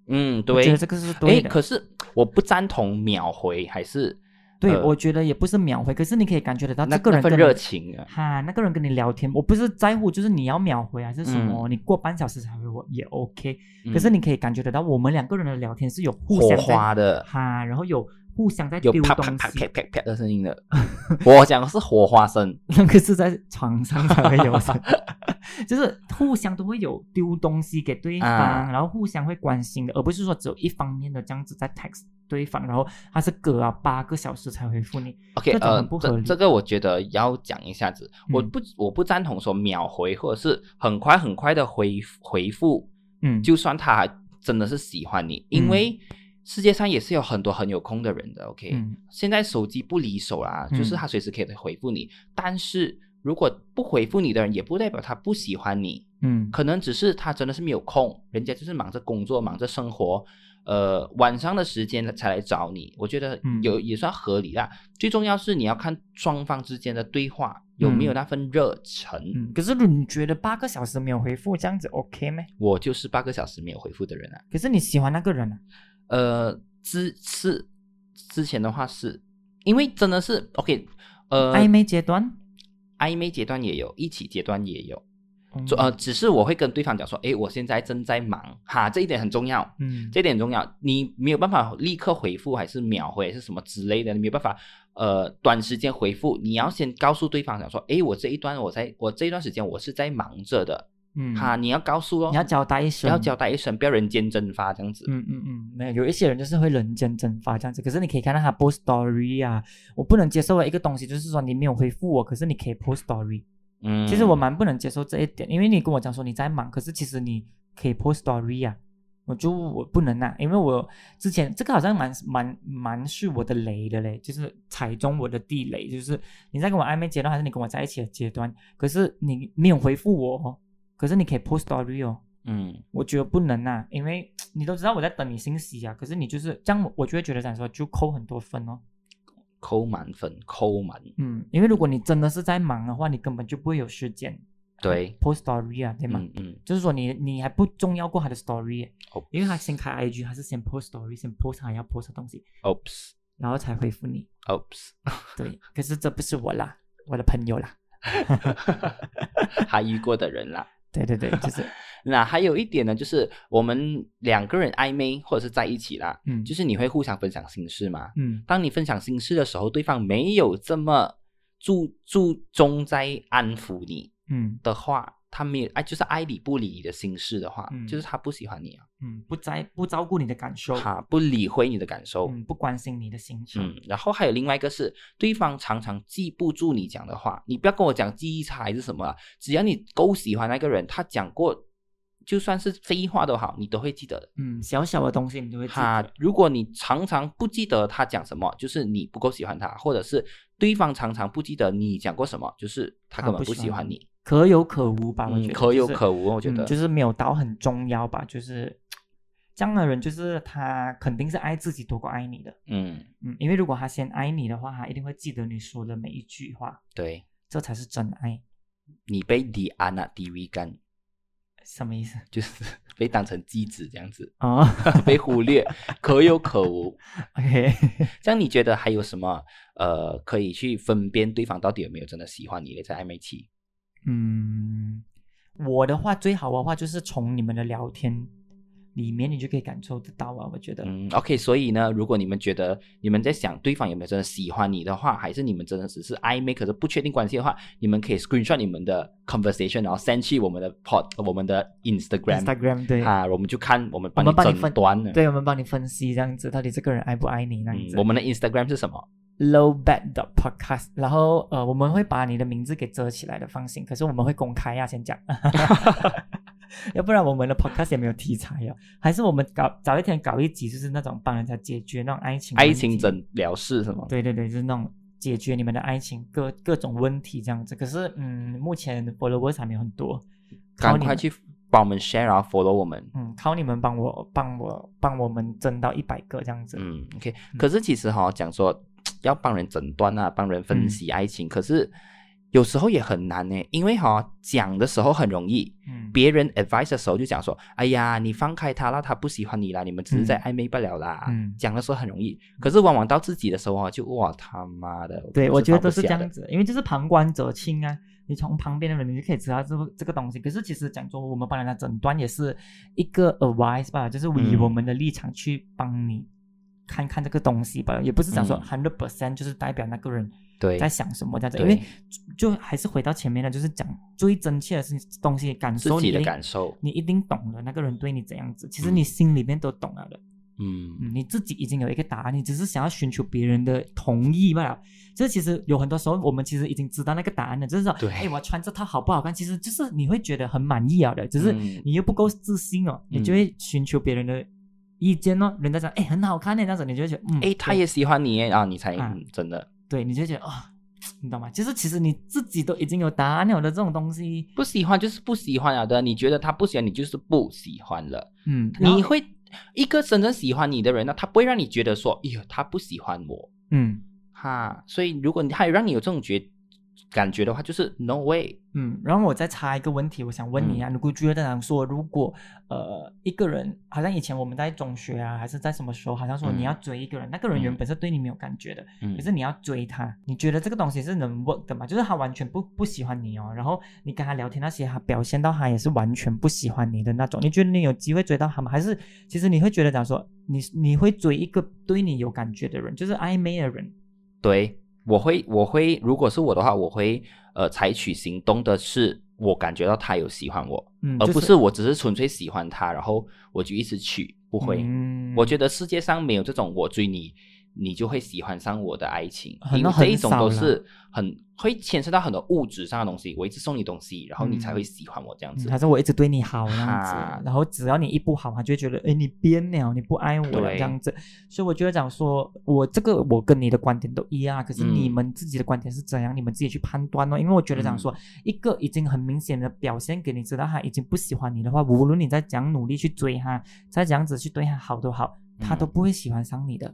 Speaker 1: 嗯，
Speaker 2: 我
Speaker 1: 对
Speaker 2: 觉得。这个是
Speaker 1: 诶
Speaker 2: 对的。
Speaker 1: 可是我不赞同秒回，还是
Speaker 2: 对、
Speaker 1: 呃
Speaker 2: 我觉得也不是秒回，可是你可以感觉得到
Speaker 1: 那
Speaker 2: 啊这个人
Speaker 1: 那
Speaker 2: 跟
Speaker 1: 份
Speaker 2: 你
Speaker 1: 热情啊。
Speaker 2: 哈，那个人跟你聊天，我不是在乎，就是你要秒回还是什么，你过半小时才回我也 OK、可是
Speaker 1: 嗯
Speaker 2: 你可以感觉得到，我们两个人的聊天是有互
Speaker 1: 火
Speaker 2: 相在
Speaker 1: 花的，
Speaker 2: 哈，然后有互相在
Speaker 1: 有
Speaker 2: 丢
Speaker 1: 啪啪
Speaker 2: 东
Speaker 1: 啪
Speaker 2: 西
Speaker 1: 啪，啪啪的声音的。 我讲的是火花声，
Speaker 2: 那个是在床上才会有 的，就是互相都会有丢东西给对方，
Speaker 1: 啊
Speaker 2: 然后互相会关心的，而不是说只有一方面的这样子在 text 对方，然后他是隔啊八个小时才回复你。
Speaker 1: OK，
Speaker 2: 这种
Speaker 1: 呃
Speaker 2: 很不，合
Speaker 1: 这
Speaker 2: 理
Speaker 1: 这个我觉得要讲一下子，我
Speaker 2: 嗯
Speaker 1: 不我不赞同说秒回或者是很快很快的回回复，
Speaker 2: 嗯，
Speaker 1: 就算他真的是喜欢你，因为世界上也是有很多很有空的人的，OK，、
Speaker 2: 嗯
Speaker 1: 现在手机不离手啦，
Speaker 2: 嗯
Speaker 1: 就是他随时可以回复你，但是如果不回复你的人，也不代表他不喜欢你，
Speaker 2: 嗯
Speaker 1: 可能只是他真的是没有空，人家就是忙着工作，忙着生活，呃，晚上的时间才来找你，我觉得
Speaker 2: 嗯
Speaker 1: 有、也算合理啦。最重要是你要看双方之间的对话有没有
Speaker 2: 嗯
Speaker 1: 那份热忱。
Speaker 2: 嗯，可是你觉得八个小时没有回复这样子 OK 吗？
Speaker 1: 我就是八个小时没有回复的人啊，
Speaker 2: 可是你喜欢那个人啊，
Speaker 1: 呃，之是之前的话是因为真的是 OK，呃，
Speaker 2: 暧昧阶段，
Speaker 1: 暧昧阶段也有，一起阶段也有，
Speaker 2: 嗯
Speaker 1: 就呃，只是我会跟对方讲说，诶，我现在正在忙哈，这一点很重要。
Speaker 2: 嗯，
Speaker 1: 这点很重要，你没有办法立刻回复，还是秒回，还是什么之类的，你没有办法，呃，短时间回复，你要先告诉对方讲说，诶，我这一段我在我这一段时间我是在忙着的，
Speaker 2: 嗯，
Speaker 1: 哈，你要告诉哦，
Speaker 2: 你要交代一声，
Speaker 1: 你要交代一声，不要人间蒸发这样子，
Speaker 2: 嗯嗯嗯，没有，有一些人就是会人间蒸发这样子，可是你可以看到他 post story 啊，我不能接受的一个东西就是说你没有回复我，可是你可以 post story，、
Speaker 1: 嗯，
Speaker 2: 其实我蛮不能接受这一点，因为你跟我讲说你在忙，可是其实你可以 post story 啊，我就我不能啊，因为我之前这个好像蛮蛮蛮是我的雷的嘞，就是踩中我的地雷，就是你在跟我暧昧阶段还是你跟我在一起的阶段，可是你没有回复我哦，可是你可以 post story 哦。
Speaker 1: 嗯
Speaker 2: 我觉得不能啊，因为你都知道我在等你信息啊，可是你就是这样，我我就会觉得讲说就扣很多分哦。
Speaker 1: 扣满分，扣满，
Speaker 2: 嗯，因为如果你真的是在忙的话，你根本就不会有时间
Speaker 1: 对，
Speaker 2: post story 啊，对吗？
Speaker 1: 嗯嗯，
Speaker 2: 就是说你你还不重要过他的 story，耶
Speaker 1: 哦
Speaker 2: 因为他先开 IG，还是先 post story，先 post 他要 post 的东西。
Speaker 1: ，oops，
Speaker 2: 然后才回复你。
Speaker 1: Oops，
Speaker 2: 对，可是这不是我啦，我的朋友啦。
Speaker 1: 还遇过的人啦。
Speaker 2: 对对对，就是，
Speaker 1: 那还有一点呢，就是我们两个人暧昧或者是在一起啦，
Speaker 2: 嗯，
Speaker 1: 就是你会互相分享心事嘛。
Speaker 2: 嗯
Speaker 1: 当你分享心事的时候，对方没有这么注注重在安抚你
Speaker 2: 嗯
Speaker 1: 的话，他没有爱就是爱理不理你的心事的话，
Speaker 2: 嗯
Speaker 1: 就是他不喜欢你啊，
Speaker 2: 嗯，不在不照顾你的感受，
Speaker 1: 他不理会你的感受。
Speaker 2: 嗯，不关心你的心情，
Speaker 1: 嗯，然后还有另外一个是，对方常常记不住你讲的话，你不要跟我讲记忆差还是什么啊，只要你够喜欢那个人，他讲过，就算是废话都好，你都会记得的。
Speaker 2: 嗯，小小的东西你都会记
Speaker 1: 他
Speaker 2: 得，
Speaker 1: 如果你常常不记得他讲什么，就是你不够喜欢他，或者是对方常常不记得你讲过什么，就是他根
Speaker 2: 他
Speaker 1: 本
Speaker 2: 不
Speaker 1: 不
Speaker 2: 喜
Speaker 1: 喜
Speaker 2: 欢
Speaker 1: 欢
Speaker 2: 你
Speaker 1: 你。
Speaker 2: 可有可无吧，我觉
Speaker 1: 嗯，
Speaker 2: 得
Speaker 1: 可有
Speaker 2: 就是
Speaker 1: 可无，我觉得
Speaker 2: 嗯，就是没有到很重要吧，就是这样的人，就是他肯定是爱自己多过爱你的，
Speaker 1: 嗯，
Speaker 2: 嗯，因为如果他先爱你的话，他一定会记得你说的每一句话，
Speaker 1: 对
Speaker 2: 这才是真爱，
Speaker 1: 你被 Diana DV 干，
Speaker 2: 什么意思？
Speaker 1: 就是 被当成鸡子这样子，
Speaker 2: 哦
Speaker 1: 被忽略，可有可无。
Speaker 2: ，OK，
Speaker 1: 这样你觉得还有什么呃可以去分辨对方到底有没有真的喜欢你的在暧昧期？
Speaker 2: 嗯，我的话最好的话就是从你们的聊天里面，你就可以感受得到啊，我觉得，
Speaker 1: 嗯，OK，所以呢，如果你们觉得你们在想对方有没有真的喜欢你的话，还是你们真的只是暧昧，可是不确定关系的话，你们可以 screenshot 你们的 conversation，然后 send 去我们的 pod，我呃们的 Instagram，,
Speaker 2: Instagram 对
Speaker 1: 啊，我们就看我们
Speaker 2: 我们帮你
Speaker 1: 诊
Speaker 2: 分
Speaker 1: 断了。
Speaker 2: 对，我们帮你分析这样子，到底这个人爱不爱你那样
Speaker 1: 嗯
Speaker 2: 子。，
Speaker 1: 我们的 Instagram 是什么？
Speaker 2: low bad 的 podcast，然后呃，我们会把你的名字给遮起来的，放心。可是我们会公开呀、先讲， 要不然我们的 podcast 也没有题材呀、还是我们搞早一天搞一集，就是那种帮人家解决那种爱情
Speaker 1: 爱
Speaker 2: 问
Speaker 1: 情
Speaker 2: 题
Speaker 1: 诊疗室是吗？
Speaker 2: 对对对，就是那种解决你们的爱情各各种问题这样子。可是嗯，目前 followers 还没有很多，靠
Speaker 1: 赶
Speaker 2: 你
Speaker 1: 快
Speaker 2: 们
Speaker 1: 去帮我们 share 啊，follow 我们。
Speaker 2: 嗯，靠你们帮我帮我帮我们争到一百个这样子。
Speaker 1: 嗯，OK。可是其实哈、讲说要帮人诊断啊，帮人分
Speaker 2: 嗯
Speaker 1: 析爱情，可是有时候也很难呢，因为哈、讲的时候很容易，
Speaker 2: 嗯
Speaker 1: 别人 advice 的时候就讲说，哎呀，你放开他啦，他不喜欢你啦，你们只是在暧昧不了啦。
Speaker 2: 嗯
Speaker 1: 讲的时候很容易，可是往往到自己的时候啊，就哇他妈的，
Speaker 2: 对，我觉得都是这
Speaker 1: 放
Speaker 2: 样
Speaker 1: 不下
Speaker 2: 子，因为就是旁观者清啊。你从旁边的人，你就可以知道这个这个东西。可是其实讲说，我们帮人家诊断也是一个 advice 吧，就是以
Speaker 1: 嗯
Speaker 2: 我们的立场去帮你看看这个东西吧，也不是讲说 hundred percent 就是代表那个人
Speaker 1: 的。
Speaker 2: 在
Speaker 1: 嗯对，
Speaker 2: 想什么这样子。因
Speaker 1: 对
Speaker 2: 为就就还是回到前面的，就是讲最真切的是东西感
Speaker 1: 自
Speaker 2: 受，你
Speaker 1: 己
Speaker 2: 一
Speaker 1: 的
Speaker 2: 定
Speaker 1: 感受，
Speaker 2: 你一定懂了那个人对你怎样子，其实
Speaker 1: 嗯
Speaker 2: 你心里面都懂了的。
Speaker 1: 嗯
Speaker 2: 嗯，你自己已经有一个答案，你只是想要寻求别人的同意罢了。这其实有很多时候，我们其实已经知道那个答案了，就是说，
Speaker 1: 对
Speaker 2: 哎，我穿这套好不好看？其实就是你会觉得很满意啊的，只是
Speaker 1: 嗯
Speaker 2: 你又不够自信哦，你就
Speaker 1: 嗯
Speaker 2: 会寻求别人的意见哦。人家讲，哎，很好看的那种，你就会觉得，嗯，
Speaker 1: 哎，他
Speaker 2: 对
Speaker 1: 也喜欢你耶啊，你才、
Speaker 2: 啊
Speaker 1: 嗯真的
Speaker 2: 对，你就会觉得啊、你懂吗？就是其实你自己都已经有答案了的这种东西，
Speaker 1: 不喜欢就是不喜欢了的，你觉得他不喜欢你就是不喜欢了。
Speaker 2: 嗯，然后
Speaker 1: 你会一个真正喜欢你的人呢，他不会让你觉得说，哎呦，他不喜欢我
Speaker 2: 嗯
Speaker 1: 哈。所以如果你他有让你有这种觉感觉的话，就是 no way。
Speaker 2: 嗯，然后我再插一个问题，我想问你
Speaker 1: 嗯
Speaker 2: 啊，你会觉得讲说，如果呃一个人，好像以前我们在中学啊，还是在什么时候，好像说
Speaker 1: 嗯
Speaker 2: 你要追一个人，那个人原本是对你没有感觉的，
Speaker 1: 嗯
Speaker 2: 可是你要追他，你觉得这个东西是能 work 的吗？就是他完全不不喜欢你哦，然后你跟他聊天那些，他表现到他也是完全不喜欢你的那种，你觉得你有机会追到他吗？还是其实你会觉得讲说，你你会追一个对你有感觉的人，就是暧昧的人，
Speaker 1: 对，我会我会，如果是我的话，我会呃采取行动的是，我感觉到他有喜欢我，
Speaker 2: 嗯，
Speaker 1: 而
Speaker 2: 就
Speaker 1: 不是我只是纯粹喜欢他，然后我就一直去，不会。
Speaker 2: 嗯
Speaker 1: 我觉得世界上没有这种我追你，你就会喜欢上我的爱情，
Speaker 2: 很
Speaker 1: 因为
Speaker 2: 很
Speaker 1: 这一种
Speaker 2: 少
Speaker 1: 都
Speaker 2: 啦
Speaker 1: 是很会牵涉到很多物质上的东西。我一直送你东西，然后你才
Speaker 2: 嗯
Speaker 1: 会喜欢我这样
Speaker 2: 嗯
Speaker 1: 子。
Speaker 2: 他说我一直对你好那样
Speaker 1: 哈
Speaker 2: 子，然后只要你一不好，他就会觉得哎你变了，你不爱我了
Speaker 1: 对
Speaker 2: 这样子。所以我就会讲说，我这个我跟你的观点都一样，可是
Speaker 1: 嗯
Speaker 2: 你们自己的观点是怎样，你们自己去判断哦。因为我觉得讲说，
Speaker 1: 嗯
Speaker 2: 一个已经很明显的表现给你知道他已经不喜欢你的话，无论你再怎样努力去追他，再怎样子去对他好都好，他都
Speaker 1: 嗯
Speaker 2: 不会喜欢上你的。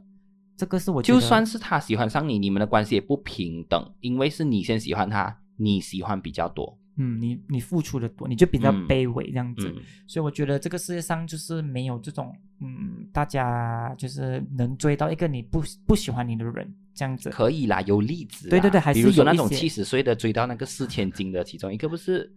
Speaker 2: 这个是我觉
Speaker 1: 就
Speaker 2: 得
Speaker 1: 算是他喜欢上你，你们的关系也不平等，因为是你先喜欢他，你喜欢比较多。
Speaker 2: 嗯，你你付出的多，你就比较
Speaker 1: 嗯
Speaker 2: 卑微这样子。
Speaker 1: 嗯
Speaker 2: 所以我觉得这个世界上就是没有这种，嗯，大家就是能追到一个你不不喜欢你的人这样子。
Speaker 1: 可以啦，有例子啦。
Speaker 2: 对对对还
Speaker 1: 比如
Speaker 2: 是
Speaker 1: 说
Speaker 2: 有
Speaker 1: 那
Speaker 2: 一
Speaker 1: 种
Speaker 2: 些
Speaker 1: 七十岁的追到那个四千金的，其中一个不是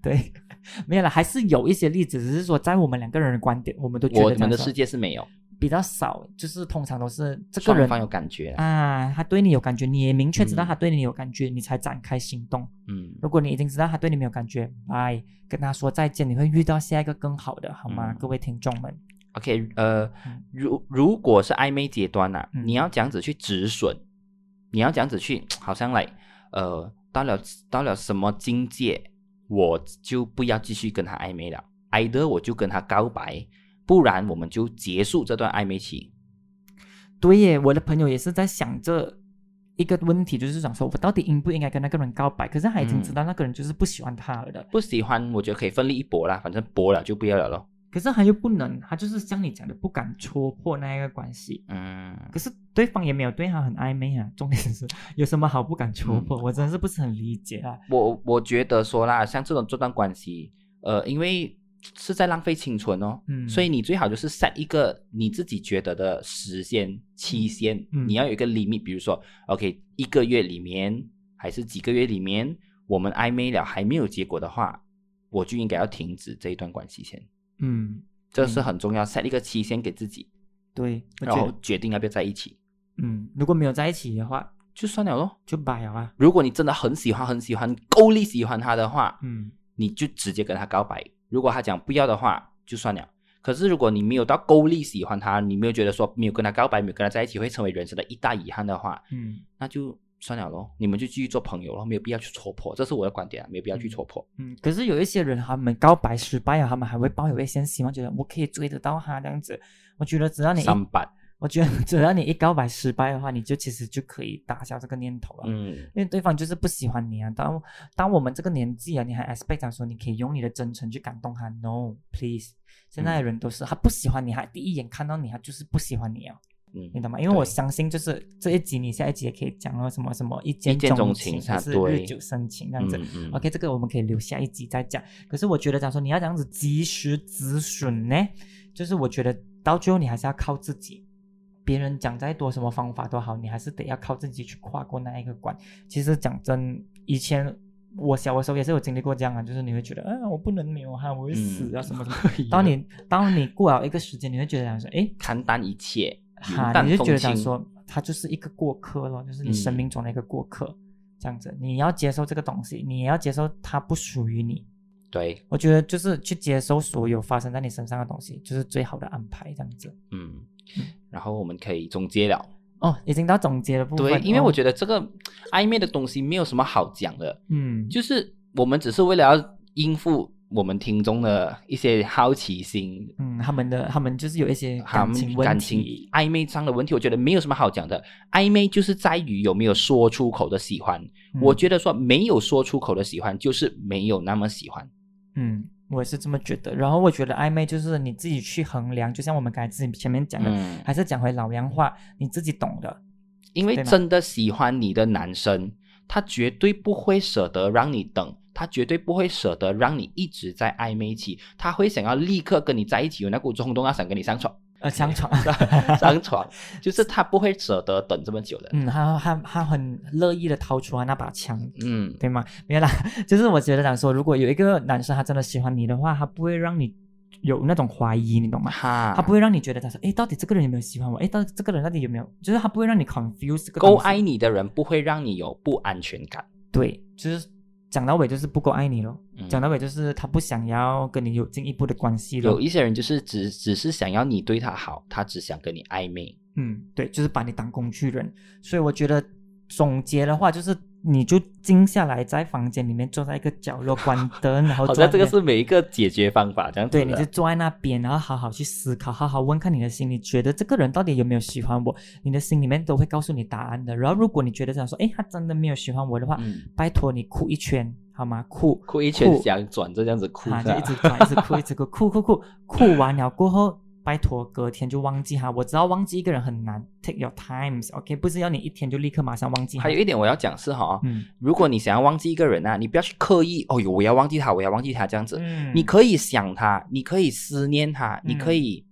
Speaker 2: 对， 没有了，还是有一些例子，只是说在我们两个人的观点，我们都觉
Speaker 1: 我
Speaker 2: 得这
Speaker 1: 们
Speaker 2: 样
Speaker 1: 的
Speaker 2: 说
Speaker 1: 世界是没有，
Speaker 2: 比较少，就是通常都是这个
Speaker 1: 双
Speaker 2: 人
Speaker 1: 方有感觉啦。
Speaker 2: 啊，他对你有感觉，你也明确知道
Speaker 1: 嗯
Speaker 2: 他对你有感觉，你才展开行动。
Speaker 1: 嗯
Speaker 2: 如果你已经知道他对你没有感觉，拜，跟他说再见，你会遇到下一个更好的，好吗？
Speaker 1: 嗯
Speaker 2: 各位听众们，
Speaker 1: ，OK，呃
Speaker 2: 嗯，
Speaker 1: 如如果是暧昧阶段呐、啊，
Speaker 2: 嗯
Speaker 1: 你要这样子去止损，你要这样子去，好像来，呃，到了到了什么境界，我就不要继续跟他暧昧了，either 我就跟他告白，不然我们就结束这段暧昧期。
Speaker 2: 对耶，我的朋友也是在想这一个问题，就是想说我到底应不应该跟那个人告白？可是他已经
Speaker 1: 嗯
Speaker 2: 知道那个人就是不喜欢他了的，
Speaker 1: 不喜欢，我觉得可以奋力一搏啦，反正搏了就不要了咯。
Speaker 2: 可是他又不能，他就是像你讲的，不敢戳破那一个关系。
Speaker 1: 嗯，
Speaker 2: 可是对方也没有对他很暧昧啊，重点是有什么好不敢戳破？ 我真的是不是很理解啊。
Speaker 1: 我我觉得说啦，像这种这段关系，呃，因为是在浪费青春哦，
Speaker 2: 嗯
Speaker 1: 所以你最好就是 set 一个你自己觉得的时间期限，
Speaker 2: 嗯
Speaker 1: 你要有一个 limit，比如说，OK，一个月里面还是几个月里面，我们暧昧了还没有结果的话，我就应该要停止这一段关系先，
Speaker 2: 嗯，
Speaker 1: 这是
Speaker 2: 嗯
Speaker 1: 很重要，set 一个期限给自己，
Speaker 2: 对，我
Speaker 1: 然
Speaker 2: 觉
Speaker 1: 后
Speaker 2: 得，
Speaker 1: 决定要不要在一起，
Speaker 2: 嗯，如果没有在一起的话，嗯
Speaker 1: 就算了咯。
Speaker 2: 就掰了啊。
Speaker 1: 如果你真的很喜欢很喜欢，够力喜欢他的话，
Speaker 2: 嗯
Speaker 1: 你就直接跟他告白。如果他讲不要的话，就算了。可是如果你没有到够力喜欢他，你没有觉得说没有跟他告白，没有跟他在一起会成为人生的一大遗憾的话，
Speaker 2: 嗯
Speaker 1: 那就算了咯。你们就继续做朋友咯，没有必要去戳破。这是我的观点啊，没有必要去戳破。
Speaker 2: 嗯，可是有一些人他们告白失败啊，他们还会抱有一些希望，觉得我可以追得到他这样子。我觉得只要你一
Speaker 1: 三八，
Speaker 2: 我觉得只要你一告白失败的话，你就其实就可以打消这个念头了。
Speaker 1: 嗯
Speaker 2: 因为对方就是不喜欢你啊，当当我们这个年纪啊，你还 expect 他说你可以用你的真诚去感动他，no please。现在的人都是他不喜欢你，他第一眼看到你，他就是不喜欢你啊，
Speaker 1: 嗯
Speaker 2: 你，懂吗？因为我
Speaker 1: 对
Speaker 2: 相信就是这一集你下一集也可以讲到什么什么一见
Speaker 1: 一见钟
Speaker 2: 情，
Speaker 1: 情啊
Speaker 2: 还是
Speaker 1: 对
Speaker 2: 日久生情这样子。
Speaker 1: 嗯嗯
Speaker 2: OK，这个我们可以留下一集再讲。可是我觉得讲说你要这样子及时止损呢，就是我觉得到最后你还是要靠自己。别人讲再多什么方法都好，你还是得要靠自己去跨过那一个关。其实讲真，以前我小的时候也是有经历过这样啊，就是你会觉得，啊，我不能没有他，我
Speaker 1: 嗯
Speaker 2: 会死啊、什 么什么。当你当你过了一个时间，你会觉得讲说，诶，
Speaker 1: 看淡一切，云
Speaker 2: 哈，
Speaker 1: 淡
Speaker 2: 你就觉
Speaker 1: 风
Speaker 2: 得讲
Speaker 1: 轻。
Speaker 2: 说，他就是一个过客咯，就是你生
Speaker 1: 嗯
Speaker 2: 命中的一个过客，这样子，你要接受这个东西，你也要接受它不属于你。
Speaker 1: 对，
Speaker 2: 我觉得就是去接受所有发生在你身上的东西，就是最好的安排，这样子。
Speaker 1: 嗯，然后我们可以总结了。
Speaker 2: 哦，已经到总结的部分。
Speaker 1: 对，
Speaker 2: 哦
Speaker 1: 因为我
Speaker 2: 得，
Speaker 1: 觉得这个暧昧的东西没有什么好讲的。
Speaker 2: 嗯，
Speaker 1: 就是我们只是为了要应付我们听众的一些好奇心，
Speaker 2: 嗯，他们的他们就是有一些
Speaker 1: 他
Speaker 2: 感
Speaker 1: 们
Speaker 2: 情问
Speaker 1: 感情
Speaker 2: 题。
Speaker 1: 暧昧上的问题，我觉得没有什么好讲的。暧昧就是在于有没有说出口的喜欢。
Speaker 2: 嗯
Speaker 1: 我觉得说没有说出口的喜欢，就是没有那么喜欢。
Speaker 2: 嗯，我也是这么觉得。然后我觉得暧昧就是你自己去衡量，就像我们刚才自己前面讲的，
Speaker 1: 嗯，
Speaker 2: 还是讲回老洋话，你自己懂的。
Speaker 1: 因为
Speaker 2: 对吗
Speaker 1: 真的喜欢你的男生，他绝对不会舍得让你等，他绝对不会舍得让你一直在暧昧期，他会想要立刻跟你在一起，有那股冲动，他想跟你上床。
Speaker 2: 呃，
Speaker 1: 相
Speaker 2: 相 传，
Speaker 1: 上床， 就是他不会舍得等这么久的。
Speaker 2: 嗯，他他他很乐意的掏出他啊那把枪，
Speaker 1: 嗯
Speaker 2: 对吗？没有啦， 就是我觉得讲说，如果有一个男生他真的喜欢你的话，他不会让你有那种怀疑，你懂吗？
Speaker 1: 哈，
Speaker 2: 他不会让你觉得他说，诶，到底这个人有没有喜欢我？诶，到底这个人到底有没有？就是他不会让你 confuse 这个
Speaker 1: 够
Speaker 2: 东西
Speaker 1: 爱。你的人不会让你有不安全感。
Speaker 2: 对，就是讲到尾就是不够爱你咯。
Speaker 1: 嗯
Speaker 2: 讲到尾就是他不想要跟你有进一步的关系
Speaker 1: 有
Speaker 2: 咯。
Speaker 1: 一些人就是只只是想要你对他好，他只想跟你暧昧。
Speaker 2: 嗯，对，就是把你当工具人。所以我觉得总结的话就是。你就静下来，在房间里面坐在一个角落， 关灯，然
Speaker 1: 好
Speaker 2: 后坐在
Speaker 1: 像这个
Speaker 2: 那边
Speaker 1: 是每一个解决方法，这样子
Speaker 2: 哦对，
Speaker 1: 的
Speaker 2: 你就坐在那边，然后好好去思考，好好问看你的心里，觉得这个人到底有没有喜欢我，你的心里面都会告诉你答案的。然后如果你觉得想说，诶，他真的没有喜欢我的话，
Speaker 1: 嗯，
Speaker 2: 拜托你哭一圈好吗？哭
Speaker 1: 哭一圈想转着这样子哭
Speaker 2: 啊，
Speaker 1: 是
Speaker 2: 就
Speaker 1: 吧
Speaker 2: 一直哭，一直哭，一直哭，哭哭哭，哭完了过后，拜托隔天就忘记他。我知道忘记一个人很难，take your times，OK，、不是要你一天就立刻马上忘记他
Speaker 1: 还。有一点我要讲是哈、
Speaker 2: 嗯
Speaker 1: 如果你想要忘记一个人啊，你不要去刻意哦哟，我要忘记他，我要忘记他这样子。
Speaker 2: 嗯
Speaker 1: 你可以想他，你可以思念他，你可
Speaker 2: 嗯
Speaker 1: 以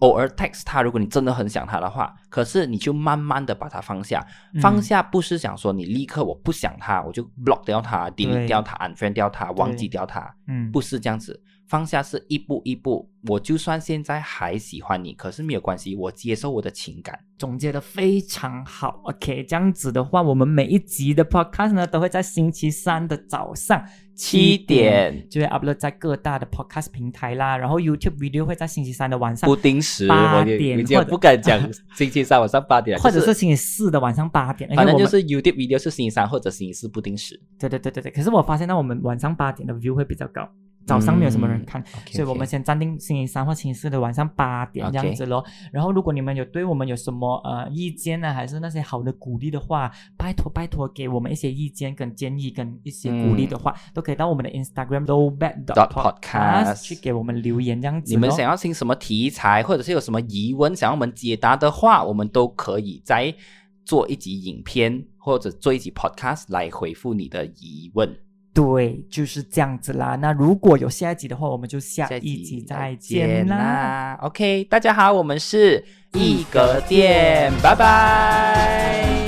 Speaker 1: 偶尔 text 他。如果你真的很想他的话，可是你就慢慢的把他放下。
Speaker 2: 嗯
Speaker 1: 放下不是想说你立刻我不想他，我就 block 掉他，delete 掉他，unfriend 掉他，忘记掉他，
Speaker 2: 嗯
Speaker 1: 不是这样子。放下是一步一步，我就算现在还喜欢你，可是没有关系，我接受我的情感。
Speaker 2: 总结的非常好。OK，这样子的话，我们每一集的 podcast 呢，都会在星期三的早上
Speaker 1: 七点
Speaker 2: 就会 upload 在各大的 podcast 平台啦，然后 YouTube video 会在星期三的晚上
Speaker 1: 不。定啊时，
Speaker 2: 八
Speaker 1: 我也
Speaker 2: 点
Speaker 1: 已经
Speaker 2: 或者
Speaker 1: 不敢 讲星期三晚上八点了，
Speaker 2: 或者
Speaker 1: 就是
Speaker 2: 星期四的晚上八点，因为
Speaker 1: 反正
Speaker 2: 我
Speaker 1: 就
Speaker 2: 们
Speaker 1: 是 YouTube video 是星期三或者星期四不定时，
Speaker 2: 对对对对对。可是我发现到我们晚上八点的 view 会比较高，早上没有什么人看，
Speaker 1: 嗯
Speaker 2: 所以我们先暂定星期三或星期四的晚上八点
Speaker 1: OK
Speaker 2: 这样子咯。然后如果你们有对我们有什么呃意见呢、还是那些好的鼓励的话，拜托拜托给我们一些意见跟建议跟一些鼓励的话，都可以到我们的 Instagram low back
Speaker 1: 嗯 Dot podcast
Speaker 2: podcast 去给我们留言这样子咯。
Speaker 1: 你们想要听什么题材，或者是有什么疑问想要我们解答的话，我们都可以再做一集影片或者做一集 podcast 来回复你的疑问。
Speaker 2: 对，就是这样子啦。那如果有下一集的话，我们就下
Speaker 1: 下
Speaker 2: 一集再
Speaker 1: 再
Speaker 2: 见
Speaker 1: 见
Speaker 2: 啦。
Speaker 1: 啦！OK，大家好，我们是一格店，拜拜。